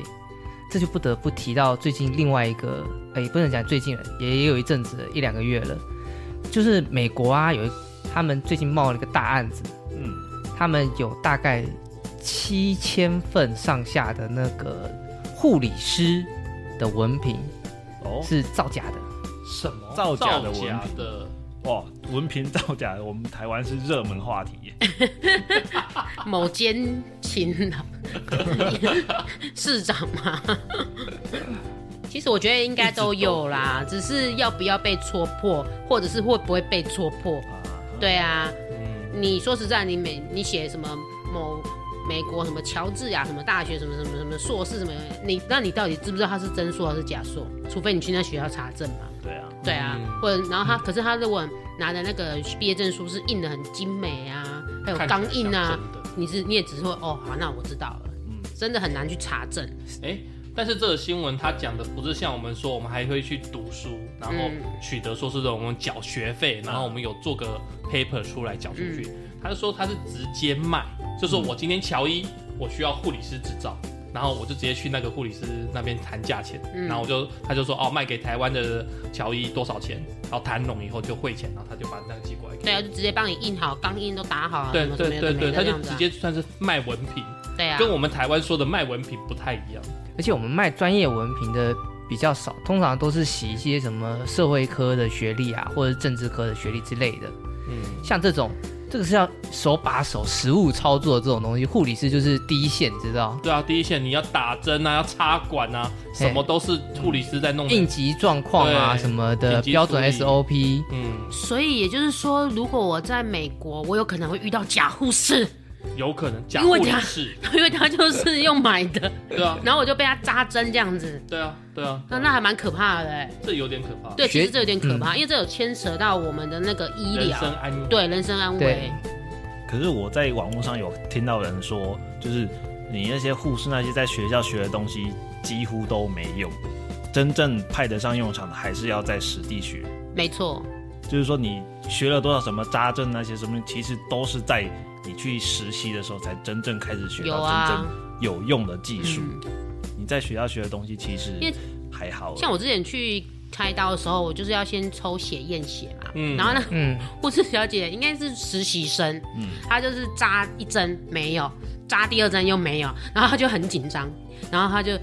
[SPEAKER 4] 这就不得不提到最近另外一个，哎，不能讲最近了，也也有一阵子了一两个月了，就是美国啊，有一他们最近冒了一个大案子，
[SPEAKER 1] 嗯，
[SPEAKER 4] 他们有大概七千份上下的那个护理师的文凭
[SPEAKER 1] 哦，
[SPEAKER 4] 是造假的，
[SPEAKER 5] 什么
[SPEAKER 1] 造假的
[SPEAKER 5] 造
[SPEAKER 1] 文凭
[SPEAKER 5] 假的？
[SPEAKER 1] 哇，文凭造假，我们台湾是热门话题
[SPEAKER 4] [laughs]
[SPEAKER 1] 耶。
[SPEAKER 2] 某奸情郎市长嘛。 [laughs] 其实我觉得应该都有啦，只是要不要被戳破，或者是会不会被戳破。对啊，
[SPEAKER 5] 嗯，
[SPEAKER 2] 你说实在，你美你写什么某美国什么乔治啊亚什么大学什么什么什么硕士什么，你那你到底知不知道他是真硕还是假硕？除非你去那学校查证嘛。
[SPEAKER 1] 对啊，
[SPEAKER 2] 对啊，
[SPEAKER 5] 嗯
[SPEAKER 2] 或者然后他，可是他如果拿的那个毕业证书是印的很精美啊，还有
[SPEAKER 5] 看起来
[SPEAKER 2] 钢印
[SPEAKER 5] 像
[SPEAKER 2] 啊，
[SPEAKER 5] 真的。
[SPEAKER 2] 你是你也只是会哦，好，那我知道了，
[SPEAKER 1] 嗯
[SPEAKER 2] 真的很难去查证。
[SPEAKER 5] 哎，但是这个新闻它讲的不是像我们说，我们还会去读书，然后
[SPEAKER 2] 嗯
[SPEAKER 5] 取得硕士证，我们缴学费，然后我们有做个 paper 出来缴出去。他是说他是直接卖，就说我今天乔伊，我需要护理师执照。然后我就直接去那个护理师那边谈价钱，
[SPEAKER 2] 嗯
[SPEAKER 5] 然后我就他就说哦卖给台湾的乔伊多少钱，然后谈拢以后就汇钱，然后他就把那个寄过来给我。
[SPEAKER 2] 对啊，就直接帮你印好，钢印都打好啊，
[SPEAKER 5] 对
[SPEAKER 2] 什么什么
[SPEAKER 5] 对
[SPEAKER 2] 有
[SPEAKER 5] 对
[SPEAKER 2] 的没
[SPEAKER 5] 对，
[SPEAKER 2] 的
[SPEAKER 5] 他
[SPEAKER 2] 这
[SPEAKER 5] 就
[SPEAKER 2] 样子
[SPEAKER 5] 直
[SPEAKER 2] 啊。
[SPEAKER 5] 接算是卖文凭，
[SPEAKER 2] 对啊，
[SPEAKER 5] 跟我们台湾说的卖文凭不太一样。
[SPEAKER 4] 而且我们卖专业文凭的。比较少，通常都是洗一些什么社会科的学历啊，或者政治科的学历之类的。
[SPEAKER 5] 嗯，
[SPEAKER 4] 像这种，这个是要手把手实物操作的这种东西，护理师就是第一线，你知道？
[SPEAKER 5] 对啊，第一线你要打针啊，要插管啊，什么都是护理师在弄的。
[SPEAKER 4] 应急状况啊
[SPEAKER 5] 对
[SPEAKER 4] 什么的
[SPEAKER 5] 紧急
[SPEAKER 4] 标准
[SPEAKER 5] 处理
[SPEAKER 4] SOP，
[SPEAKER 5] 嗯，
[SPEAKER 2] 所以也就是说，如果我在美国，我有可能会遇到假护士， [laughs]
[SPEAKER 5] 有可能假
[SPEAKER 2] 因
[SPEAKER 5] 护
[SPEAKER 2] 为
[SPEAKER 5] 理
[SPEAKER 2] 他
[SPEAKER 5] 师。
[SPEAKER 2] 因为他就是用买
[SPEAKER 5] [laughs]
[SPEAKER 2] 的，[laughs]
[SPEAKER 5] 对啊，
[SPEAKER 2] 然后我就被他扎针这样子，
[SPEAKER 5] 对啊，对啊，
[SPEAKER 2] 那那还蛮可怕的哎、
[SPEAKER 5] 这有点可怕。
[SPEAKER 2] 对，其实
[SPEAKER 4] 学
[SPEAKER 2] 这有点可怕，因为这有牵扯到我们的那个医
[SPEAKER 5] 嗯人
[SPEAKER 2] 疗，
[SPEAKER 5] 身安危。
[SPEAKER 2] 对人身安危
[SPEAKER 4] 对。
[SPEAKER 1] 可是我在网络上有听到人说，就是你那些护士那些在学校学的东西几乎都没用，真正派得上用场的还是要在实地学。
[SPEAKER 2] 没错，
[SPEAKER 1] 就是说你学了多少什么扎针那些什么，其实都是在你去实习的时候才真正开始学
[SPEAKER 2] 有
[SPEAKER 1] 到
[SPEAKER 2] 啊
[SPEAKER 1] 真正有用的技术。
[SPEAKER 2] 嗯
[SPEAKER 1] 你在学校学的东西其实
[SPEAKER 2] 因为
[SPEAKER 1] 还好而已，啊
[SPEAKER 2] 像我之前去开刀的时候，我就是要先抽血验血嘛，
[SPEAKER 5] 嗯
[SPEAKER 2] 然后呢，
[SPEAKER 4] 嗯，
[SPEAKER 2] 护士小姐应该是实习生，
[SPEAKER 1] 嗯
[SPEAKER 2] 她就是扎一针没有，扎第二针又没有，然后她就很紧张，然后她就。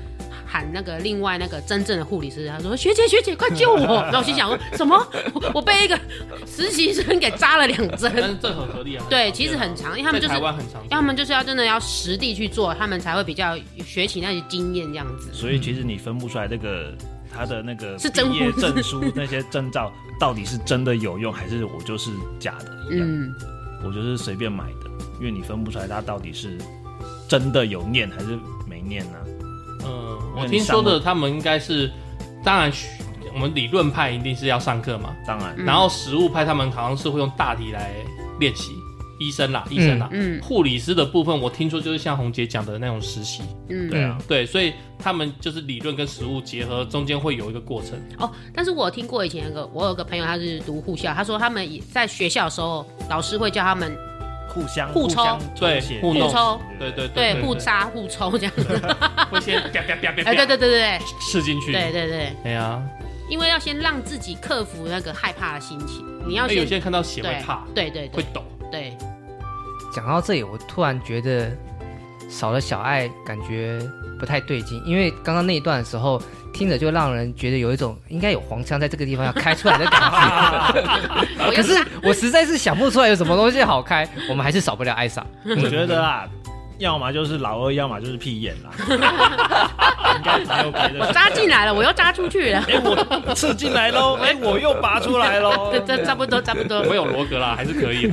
[SPEAKER 2] 喊那个另外那个真正的护理师，她说：“学姐，学姐，快救我！”
[SPEAKER 5] [laughs]
[SPEAKER 2] 然后我心想说：“什么？我我被一个实习生给扎了两
[SPEAKER 5] 但 [laughs]
[SPEAKER 2] 针
[SPEAKER 5] 是这很合理啊。？”
[SPEAKER 2] 对，其实很长，因为他们就
[SPEAKER 5] 在
[SPEAKER 2] 是
[SPEAKER 5] 台湾很常见。
[SPEAKER 2] 要么就是要真的要实地去做，他们才会比较学起那些经验这样子。
[SPEAKER 1] 所以其实你分不出来那个他的那个
[SPEAKER 2] 是真
[SPEAKER 1] 毕业
[SPEAKER 2] 护士 [laughs]
[SPEAKER 1] 证书那些证照到底是真的有用，还是我就是假的一样，
[SPEAKER 2] 嗯，
[SPEAKER 1] 我就是随便买的，因为你分不出来他到底是真的有念还是没念啊呢、
[SPEAKER 5] 嗯，我
[SPEAKER 1] 那你
[SPEAKER 5] 听说
[SPEAKER 1] 上了
[SPEAKER 5] 的他们应该是，当然我们理论派一定是要上课嘛，
[SPEAKER 1] 当然，
[SPEAKER 2] 嗯
[SPEAKER 5] 然后实物派他们好像是会用大体来练习。医生啦，医生啦，
[SPEAKER 2] 嗯嗯
[SPEAKER 5] 护理师的部分，我听说就是像红姐讲的那种实习，
[SPEAKER 2] 嗯
[SPEAKER 1] 对啊，
[SPEAKER 5] 对，所以他们就是理论跟实物结合，中间会有一个过程。
[SPEAKER 2] 哦，但是我有听过以前有个，我有个朋友他是读护校，他说他们也在学校的时候，老师会叫他们
[SPEAKER 1] 互相
[SPEAKER 2] 互
[SPEAKER 1] 相
[SPEAKER 2] 抽
[SPEAKER 5] 对
[SPEAKER 1] 写
[SPEAKER 5] 互
[SPEAKER 2] 互
[SPEAKER 5] 弄
[SPEAKER 2] 抽，
[SPEAKER 5] 对对
[SPEAKER 2] 嗯对，互扎互抽这样子。
[SPEAKER 5] 会先 [laughs] 啪啪啪啪啪，
[SPEAKER 2] 哎，对对对对
[SPEAKER 5] 吃进去。
[SPEAKER 2] 对对对对，
[SPEAKER 5] 哎呀，
[SPEAKER 2] 因为要先让自己克服那个害怕的心情，你要
[SPEAKER 5] 因为哎有
[SPEAKER 2] 先
[SPEAKER 5] 些人看到血会
[SPEAKER 2] 对
[SPEAKER 5] 怕，
[SPEAKER 2] 对对
[SPEAKER 5] 会
[SPEAKER 2] 对
[SPEAKER 5] 啊抖。
[SPEAKER 2] 对，
[SPEAKER 4] 讲到这里，我突然觉得少了小爱，感觉不太对劲，因为刚刚那一段的时候，听着就让人觉得有一种应该有黄腔在这个地方要开出来的
[SPEAKER 5] [laughs]
[SPEAKER 4] 感觉。
[SPEAKER 2] 我
[SPEAKER 4] [laughs] 可
[SPEAKER 2] 又
[SPEAKER 1] [laughs]
[SPEAKER 4] 是我实在是想不出来有什么东西好开，我们还是少不了艾莎。
[SPEAKER 2] [laughs]
[SPEAKER 1] 我觉得啊，要么就是老二，要么就是屁眼啦。应该只有别
[SPEAKER 2] 我
[SPEAKER 1] 的。
[SPEAKER 2] 扎进来了，我又扎出去了，
[SPEAKER 1] 哎、我刺进来喽！哎、我又拔出来喽
[SPEAKER 2] [laughs] 这！这差不多差不多。
[SPEAKER 5] 哦我有罗
[SPEAKER 2] [laughs]
[SPEAKER 5] 格啦，还是可以。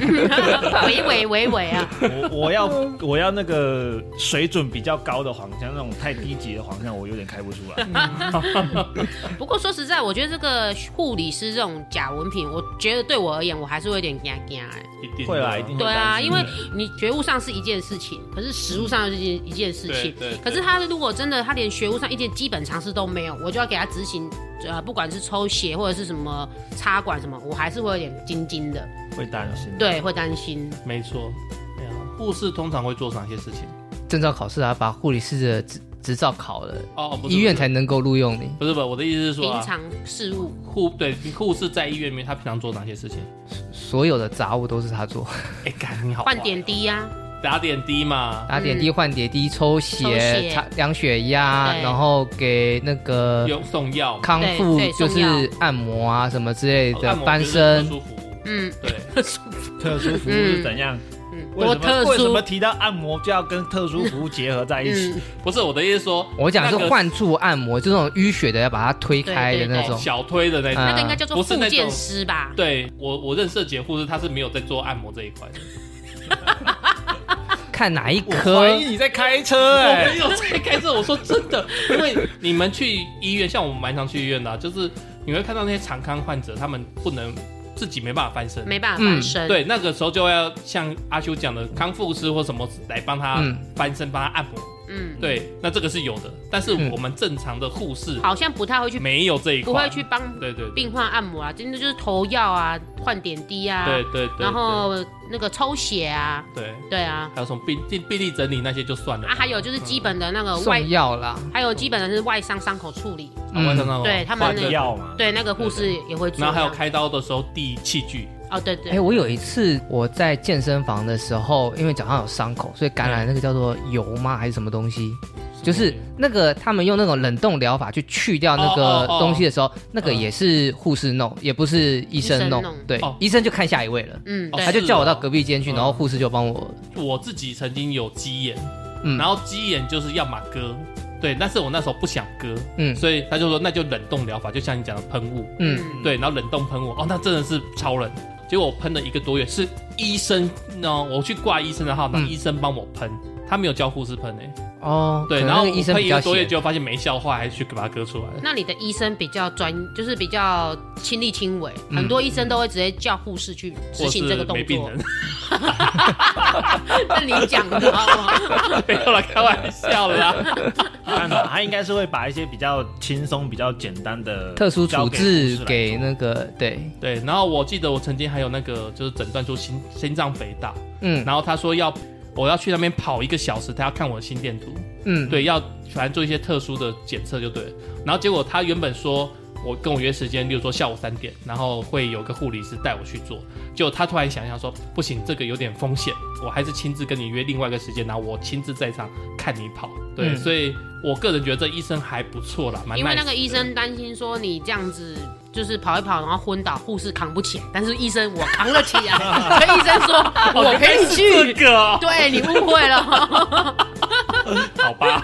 [SPEAKER 2] 喂喂喂喂啊！
[SPEAKER 1] 我我要我要那个水准比较高的黄腔，那种太低级的黄腔，我有点开不出来。
[SPEAKER 2] 嗯不过说实在，我觉得这个护理师这种假文凭，我觉得对我而言，我还是会有点尴尬哎。
[SPEAKER 5] 一定的
[SPEAKER 1] 会啦，一定会
[SPEAKER 2] 对
[SPEAKER 1] 担
[SPEAKER 2] 啊，
[SPEAKER 1] 心
[SPEAKER 2] 因为
[SPEAKER 1] 的
[SPEAKER 2] 你觉悟上是一件事情，可是实务上是一件一件事情。
[SPEAKER 5] 对对对
[SPEAKER 2] 可是他如果真的他连学务上一点基本常识都没有，我就要给他执行，呃，不管是抽血或者是什么插管什么，我还是会有点惊惊的，
[SPEAKER 1] 会担心。，
[SPEAKER 2] 对，会担心。
[SPEAKER 5] 没错。哎呀护士通常会做哪些事情？
[SPEAKER 4] 证照考试啊，把护理师的执执照考了，
[SPEAKER 5] 哦，不是
[SPEAKER 4] 医院才能够录用你。
[SPEAKER 5] 不是不是，我的意思是说、
[SPEAKER 2] 平
[SPEAKER 5] 啊，
[SPEAKER 2] 常事务
[SPEAKER 5] 护对护士在医院里面，他平常做哪些事情？
[SPEAKER 4] 所有的杂务都是他做，
[SPEAKER 5] 哎，干你好，
[SPEAKER 2] 换点，滴啊呀、
[SPEAKER 5] 打点滴嘛，
[SPEAKER 4] 打点滴、换点滴、
[SPEAKER 2] 抽
[SPEAKER 4] 抽血
[SPEAKER 2] 血、
[SPEAKER 4] 查量血压，
[SPEAKER 2] 对
[SPEAKER 4] 然后给那个
[SPEAKER 5] 用送药嘛，
[SPEAKER 4] 康复
[SPEAKER 2] 对对
[SPEAKER 4] 就
[SPEAKER 2] 送药
[SPEAKER 4] 是按摩啊什么之类
[SPEAKER 5] 按
[SPEAKER 4] 的
[SPEAKER 5] 摩，
[SPEAKER 4] 翻
[SPEAKER 5] 就是特
[SPEAKER 4] 身。
[SPEAKER 5] 殊服务，
[SPEAKER 2] 嗯，
[SPEAKER 5] 对，
[SPEAKER 1] 特殊服务是怎样？
[SPEAKER 2] 嗯，
[SPEAKER 1] 为
[SPEAKER 2] 多
[SPEAKER 1] 什么
[SPEAKER 2] 特
[SPEAKER 1] 为什
[SPEAKER 2] 殊
[SPEAKER 1] 么，提到按摩就要跟特殊服务结合在一起？
[SPEAKER 2] 嗯，
[SPEAKER 5] 不是我的意思是说，
[SPEAKER 4] [laughs] 我讲的
[SPEAKER 5] 那
[SPEAKER 4] 是
[SPEAKER 5] 个
[SPEAKER 4] 换柱按摩，就这种淤血的要把它推开的
[SPEAKER 2] 对对
[SPEAKER 4] 那
[SPEAKER 5] 哦
[SPEAKER 4] 种。
[SPEAKER 5] 小推的那种。
[SPEAKER 4] 嗯
[SPEAKER 2] 那个应该叫做
[SPEAKER 5] 啊不是那
[SPEAKER 2] 复
[SPEAKER 5] 种
[SPEAKER 2] 健师吧？
[SPEAKER 5] 对我，我认识的几个护士，他是没有在做按摩这一块的。
[SPEAKER 4] 看哪一
[SPEAKER 1] 我
[SPEAKER 4] 科
[SPEAKER 1] 怀疑你在开车
[SPEAKER 5] 我
[SPEAKER 1] 哎、
[SPEAKER 5] 没有在开车，我说真的，因为你们去医院，像我们蛮常去医院的啊、就是你会看到那些常康患者，他们不能自己没办法翻身，
[SPEAKER 2] 没办法翻身，
[SPEAKER 5] 嗯对，那个时候就要像阿修讲的康复师或什么来帮他
[SPEAKER 4] 嗯
[SPEAKER 5] 翻身，帮他按摩。
[SPEAKER 2] 嗯，
[SPEAKER 5] 对，那这个是有的，但是
[SPEAKER 4] 嗯
[SPEAKER 5] 我们正常的护士
[SPEAKER 2] 好像不太会去，
[SPEAKER 5] 没有这一块，
[SPEAKER 2] 不会去帮
[SPEAKER 5] 对。对对
[SPEAKER 2] 病患按摩啊，真的就是头药啊，换点滴啊，
[SPEAKER 5] 对对对，
[SPEAKER 2] 然后那个抽血啊，
[SPEAKER 5] 对对，
[SPEAKER 2] 对啊，
[SPEAKER 5] 还有什么病病病例整理那些就算了
[SPEAKER 2] 啊，还有就是基本的那个外
[SPEAKER 4] 送，药啦，
[SPEAKER 2] 还有基本的是外伤伤口处理，
[SPEAKER 4] 嗯
[SPEAKER 5] 啊外伤伤口
[SPEAKER 2] 嗯对他们
[SPEAKER 1] 换
[SPEAKER 2] 那
[SPEAKER 5] 对
[SPEAKER 2] 个
[SPEAKER 1] 药嘛。
[SPEAKER 2] 对那个护士也会做，
[SPEAKER 5] 然后还有开刀的时候递器具，
[SPEAKER 2] 哦，对
[SPEAKER 4] 哎、
[SPEAKER 2] 对，
[SPEAKER 4] 我有一次我在健身房的时候，因为脚上有伤口，所以感染那个叫做油吗还是什么东西？
[SPEAKER 2] 嗯
[SPEAKER 4] 就是那个他们用那种冷冻疗法去去掉那
[SPEAKER 5] 哦
[SPEAKER 4] 个
[SPEAKER 5] 哦哦
[SPEAKER 4] 东西的时候，那个
[SPEAKER 5] 嗯
[SPEAKER 4] 也是护士弄，也不是医生弄。
[SPEAKER 2] 医生弄
[SPEAKER 4] 对，
[SPEAKER 5] 哦
[SPEAKER 4] 医生就看下一位了，
[SPEAKER 2] 嗯，
[SPEAKER 5] 哦
[SPEAKER 4] 他
[SPEAKER 2] 对，
[SPEAKER 4] 就是叫我
[SPEAKER 5] 哦
[SPEAKER 4] 到隔壁间去，
[SPEAKER 5] 嗯
[SPEAKER 4] 然后护士就帮我。
[SPEAKER 5] 我自己曾经有鸡眼，
[SPEAKER 4] 嗯
[SPEAKER 5] 然后鸡眼就是要么割，对，但是我那时候不想割，
[SPEAKER 4] 嗯
[SPEAKER 5] 所以他就说那就冷冻疗法，就像你讲的喷雾，
[SPEAKER 4] 嗯，
[SPEAKER 5] 对，然后冷冻喷雾，哦，那真的是超人。结果我喷了一个多月，是医生，那我去挂医生的号，那
[SPEAKER 4] 嗯
[SPEAKER 5] 医生帮我喷，他没有教护士喷诶、
[SPEAKER 4] 哦，
[SPEAKER 5] 对，
[SPEAKER 4] 可能
[SPEAKER 5] 然后
[SPEAKER 4] 那
[SPEAKER 5] 我
[SPEAKER 4] 个医生
[SPEAKER 5] 喷
[SPEAKER 4] 比
[SPEAKER 5] 一
[SPEAKER 4] 较
[SPEAKER 5] 个多月，
[SPEAKER 4] 闲，
[SPEAKER 5] 结果发现没效化，还去把它割出来了。
[SPEAKER 2] 那你的医生比较专，就是比较亲力亲为，
[SPEAKER 4] 嗯
[SPEAKER 2] 很多医生都会直接叫护士去执
[SPEAKER 5] 或是
[SPEAKER 2] 行这个动
[SPEAKER 5] 没病
[SPEAKER 2] 作
[SPEAKER 5] 人。， [laughs]
[SPEAKER 2] 那你讲的好不好？
[SPEAKER 5] 没有啦，开
[SPEAKER 4] [laughs]
[SPEAKER 5] 玩笑啦。
[SPEAKER 1] 看法，他应该是会把一些比较轻松、比较简单的
[SPEAKER 4] 特殊
[SPEAKER 1] 交
[SPEAKER 4] 处
[SPEAKER 1] 给护士
[SPEAKER 4] 置
[SPEAKER 1] 来
[SPEAKER 4] 给
[SPEAKER 1] 做
[SPEAKER 4] 那个对，
[SPEAKER 5] 对，然后我记得我曾经还有那个就是诊断出心心脏肥大，
[SPEAKER 4] 嗯
[SPEAKER 5] 然后他说要我要去那边跑一个小时，他要看我的心电图，
[SPEAKER 4] 嗯，
[SPEAKER 5] 对，要反正做一些特殊的检测就对了。然后结果他原本说我跟我约时间，例如说下午三点，然后会有个护理师带我去做，结果他突然想一想说不行，这个有点风险，我还是亲自跟你约另外一个时间，然后我亲自在场看你跑。对，
[SPEAKER 4] 嗯
[SPEAKER 5] 所以我个人觉得这医生还不错啦，蛮
[SPEAKER 2] 因为
[SPEAKER 5] nice
[SPEAKER 2] 那个医
[SPEAKER 5] 的
[SPEAKER 2] 生担心说你这样子就是跑一跑，然后昏倒，护士扛不起来。但是医生我扛得
[SPEAKER 5] [laughs]
[SPEAKER 2] 起来，所以医生说
[SPEAKER 5] 哦
[SPEAKER 2] 我陪你去。
[SPEAKER 5] 这个哦
[SPEAKER 2] 对你误会了，
[SPEAKER 5] 好吧，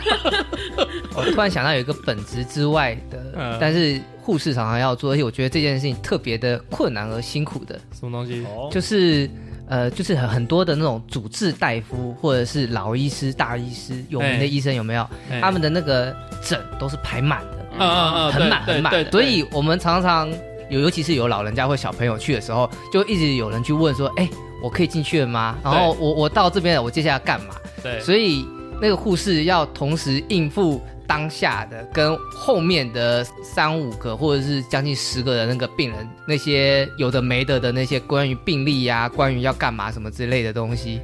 [SPEAKER 4] 我 [laughs] 突然想到有一个本职之外的，
[SPEAKER 5] 嗯
[SPEAKER 4] 但是护士常常要做，而且我觉得这件事情特别的困难而辛苦的，
[SPEAKER 5] 什么东西？
[SPEAKER 1] 哦，
[SPEAKER 4] 就是呃，就是很很多的那种主治大夫或者是老医师、大医师、有名的医生有没有？
[SPEAKER 5] 哎
[SPEAKER 4] 他们的那个诊都是排满的，
[SPEAKER 5] 嗯嗯嗯，
[SPEAKER 4] 很
[SPEAKER 5] 对
[SPEAKER 4] 满
[SPEAKER 5] 对
[SPEAKER 4] 很满
[SPEAKER 5] 对
[SPEAKER 4] 的，
[SPEAKER 5] 对
[SPEAKER 4] 所以我们常常有，尤其是有老人家或小朋友去的时候，就一直有人去问说，哎、我可以进去了吗？然后我我到这边了，我接下来干嘛？
[SPEAKER 5] 对，
[SPEAKER 4] 所以那个护士要同时应付当下的跟后面的三五个或者是将近十个的那个病人，那些有的没的的那些关于病历呀、关于要干嘛什么之类的东西，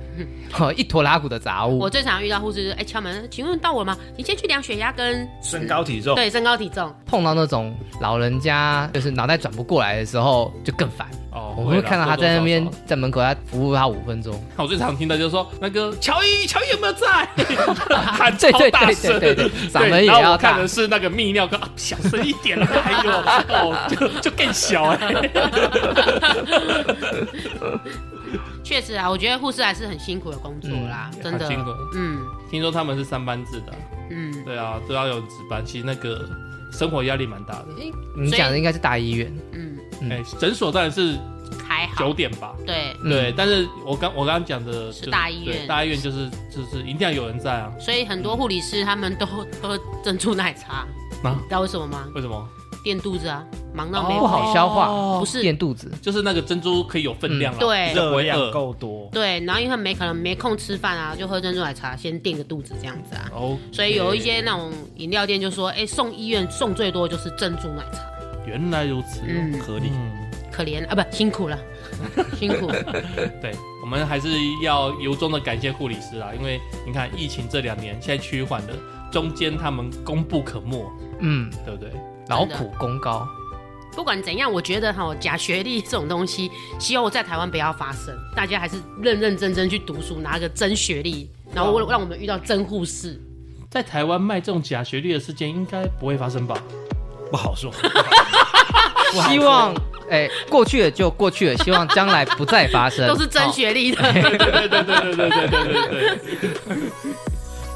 [SPEAKER 4] 哦，一坨拉鼓的杂物
[SPEAKER 2] 我。最常遇到护士就是哎敲门，请问到我了吗？你先去量血压跟
[SPEAKER 1] 身高体
[SPEAKER 5] 哦
[SPEAKER 1] 重，
[SPEAKER 2] 对身高体重，
[SPEAKER 4] 碰到那种老人家就是脑袋转不过来的时候，就更烦。
[SPEAKER 5] 哦，
[SPEAKER 4] 我会
[SPEAKER 5] 啦
[SPEAKER 4] 看到他在那边
[SPEAKER 5] 多多少
[SPEAKER 4] 在门口，他服务他五分钟。
[SPEAKER 5] 少我最常听到就是说那个乔伊，乔伊有没有
[SPEAKER 4] [laughs]
[SPEAKER 5] 在？喊
[SPEAKER 4] 对
[SPEAKER 5] 超
[SPEAKER 4] 对
[SPEAKER 5] 大
[SPEAKER 4] 对
[SPEAKER 5] 声，
[SPEAKER 4] 对对对嗓门也
[SPEAKER 5] 然后
[SPEAKER 4] 要
[SPEAKER 5] 我看
[SPEAKER 4] 大
[SPEAKER 5] 的。是那个泌尿科，啊小声一点了，
[SPEAKER 4] [laughs]
[SPEAKER 5] 哎呦，哦，就就更小哎。
[SPEAKER 2] 确实啊，我觉得护士还是很辛苦的工作啦，
[SPEAKER 5] 嗯
[SPEAKER 2] 真的
[SPEAKER 5] 很辛苦。
[SPEAKER 2] 嗯
[SPEAKER 5] 听说他们是三班制的，
[SPEAKER 2] 嗯，
[SPEAKER 5] 对啊，都要有值班，其实那个生活压力蛮大的。
[SPEAKER 4] 你讲的应该是大医院，
[SPEAKER 2] 嗯，
[SPEAKER 4] 嗯
[SPEAKER 5] 哎，诊所当然是
[SPEAKER 2] 还好
[SPEAKER 5] 九。点吧，
[SPEAKER 2] 对，
[SPEAKER 4] 嗯
[SPEAKER 5] 对，但是我刚我刚刚讲的
[SPEAKER 2] 是
[SPEAKER 5] 就
[SPEAKER 2] 大医院
[SPEAKER 5] 对大医院就是就是一定要有人在啊
[SPEAKER 2] 所以很多护理师他们都 [laughs] 喝珍珠奶茶，
[SPEAKER 5] 啊哦
[SPEAKER 2] 你？知道为什么吗？
[SPEAKER 5] 为什么？
[SPEAKER 2] 垫肚子啊，忙到没
[SPEAKER 4] 不好消化，
[SPEAKER 2] 不是
[SPEAKER 4] 垫肚子。
[SPEAKER 5] 就是那个珍珠可以有分量啊，
[SPEAKER 2] 嗯对
[SPEAKER 5] 就不
[SPEAKER 1] 热
[SPEAKER 5] 会饿
[SPEAKER 1] 量够多，
[SPEAKER 2] 对，然后因为没可能没空吃饭啊，就喝珍珠奶茶先垫个肚子这样子啊。
[SPEAKER 5] 哦，
[SPEAKER 2] 所以有一些那种饮料店就说，哎、送医院送最多就是珍珠奶茶，
[SPEAKER 5] 原来如此，
[SPEAKER 2] 嗯，
[SPEAKER 1] 合理。
[SPEAKER 5] 嗯，
[SPEAKER 2] 可怜啊，不辛苦了， [laughs] 辛苦，
[SPEAKER 5] 对，我们还是要由衷的感谢护理师啊，因为你看疫情这两年现在趋缓了，中间他们功不可没，
[SPEAKER 4] 嗯，
[SPEAKER 5] 对不对？
[SPEAKER 4] 劳苦功高。
[SPEAKER 2] 不管怎样，我觉得哈，假学历这种东西，希望我在台湾不要发生。大家还是认认真真去读书，拿个真学历，然后让我们遇到真护士。
[SPEAKER 5] 在台湾卖这种假学历的事件应该不会发生吧？
[SPEAKER 1] 不好说，
[SPEAKER 4] 希望哎，过去了就过去了，希望将来不再发生。
[SPEAKER 2] [laughs] 都是真学历的。
[SPEAKER 5] 对对对对对对对对对。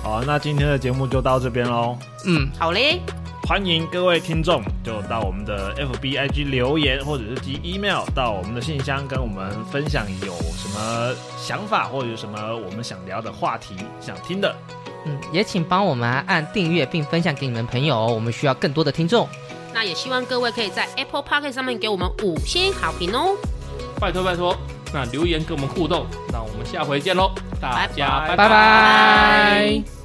[SPEAKER 1] 好，那今天的节目就到这边喽。
[SPEAKER 4] 嗯，
[SPEAKER 2] 好嘞，
[SPEAKER 1] 欢迎各位听众，就到我们的 FB、IG 留言，或者是寄 email 到我们的信箱，跟我们分享有什么想法，或者有什么我们想聊的话题、想听的。
[SPEAKER 4] 嗯，也请帮我们按订阅并分享给你们朋友哦，我们需要更多的听众。
[SPEAKER 2] 那也希望各位可以在 Apple Park 上面给我们五星好评哦。
[SPEAKER 5] 拜托拜托，那留言跟我们互动，那我们下回见喽，大家
[SPEAKER 4] 拜拜
[SPEAKER 2] 拜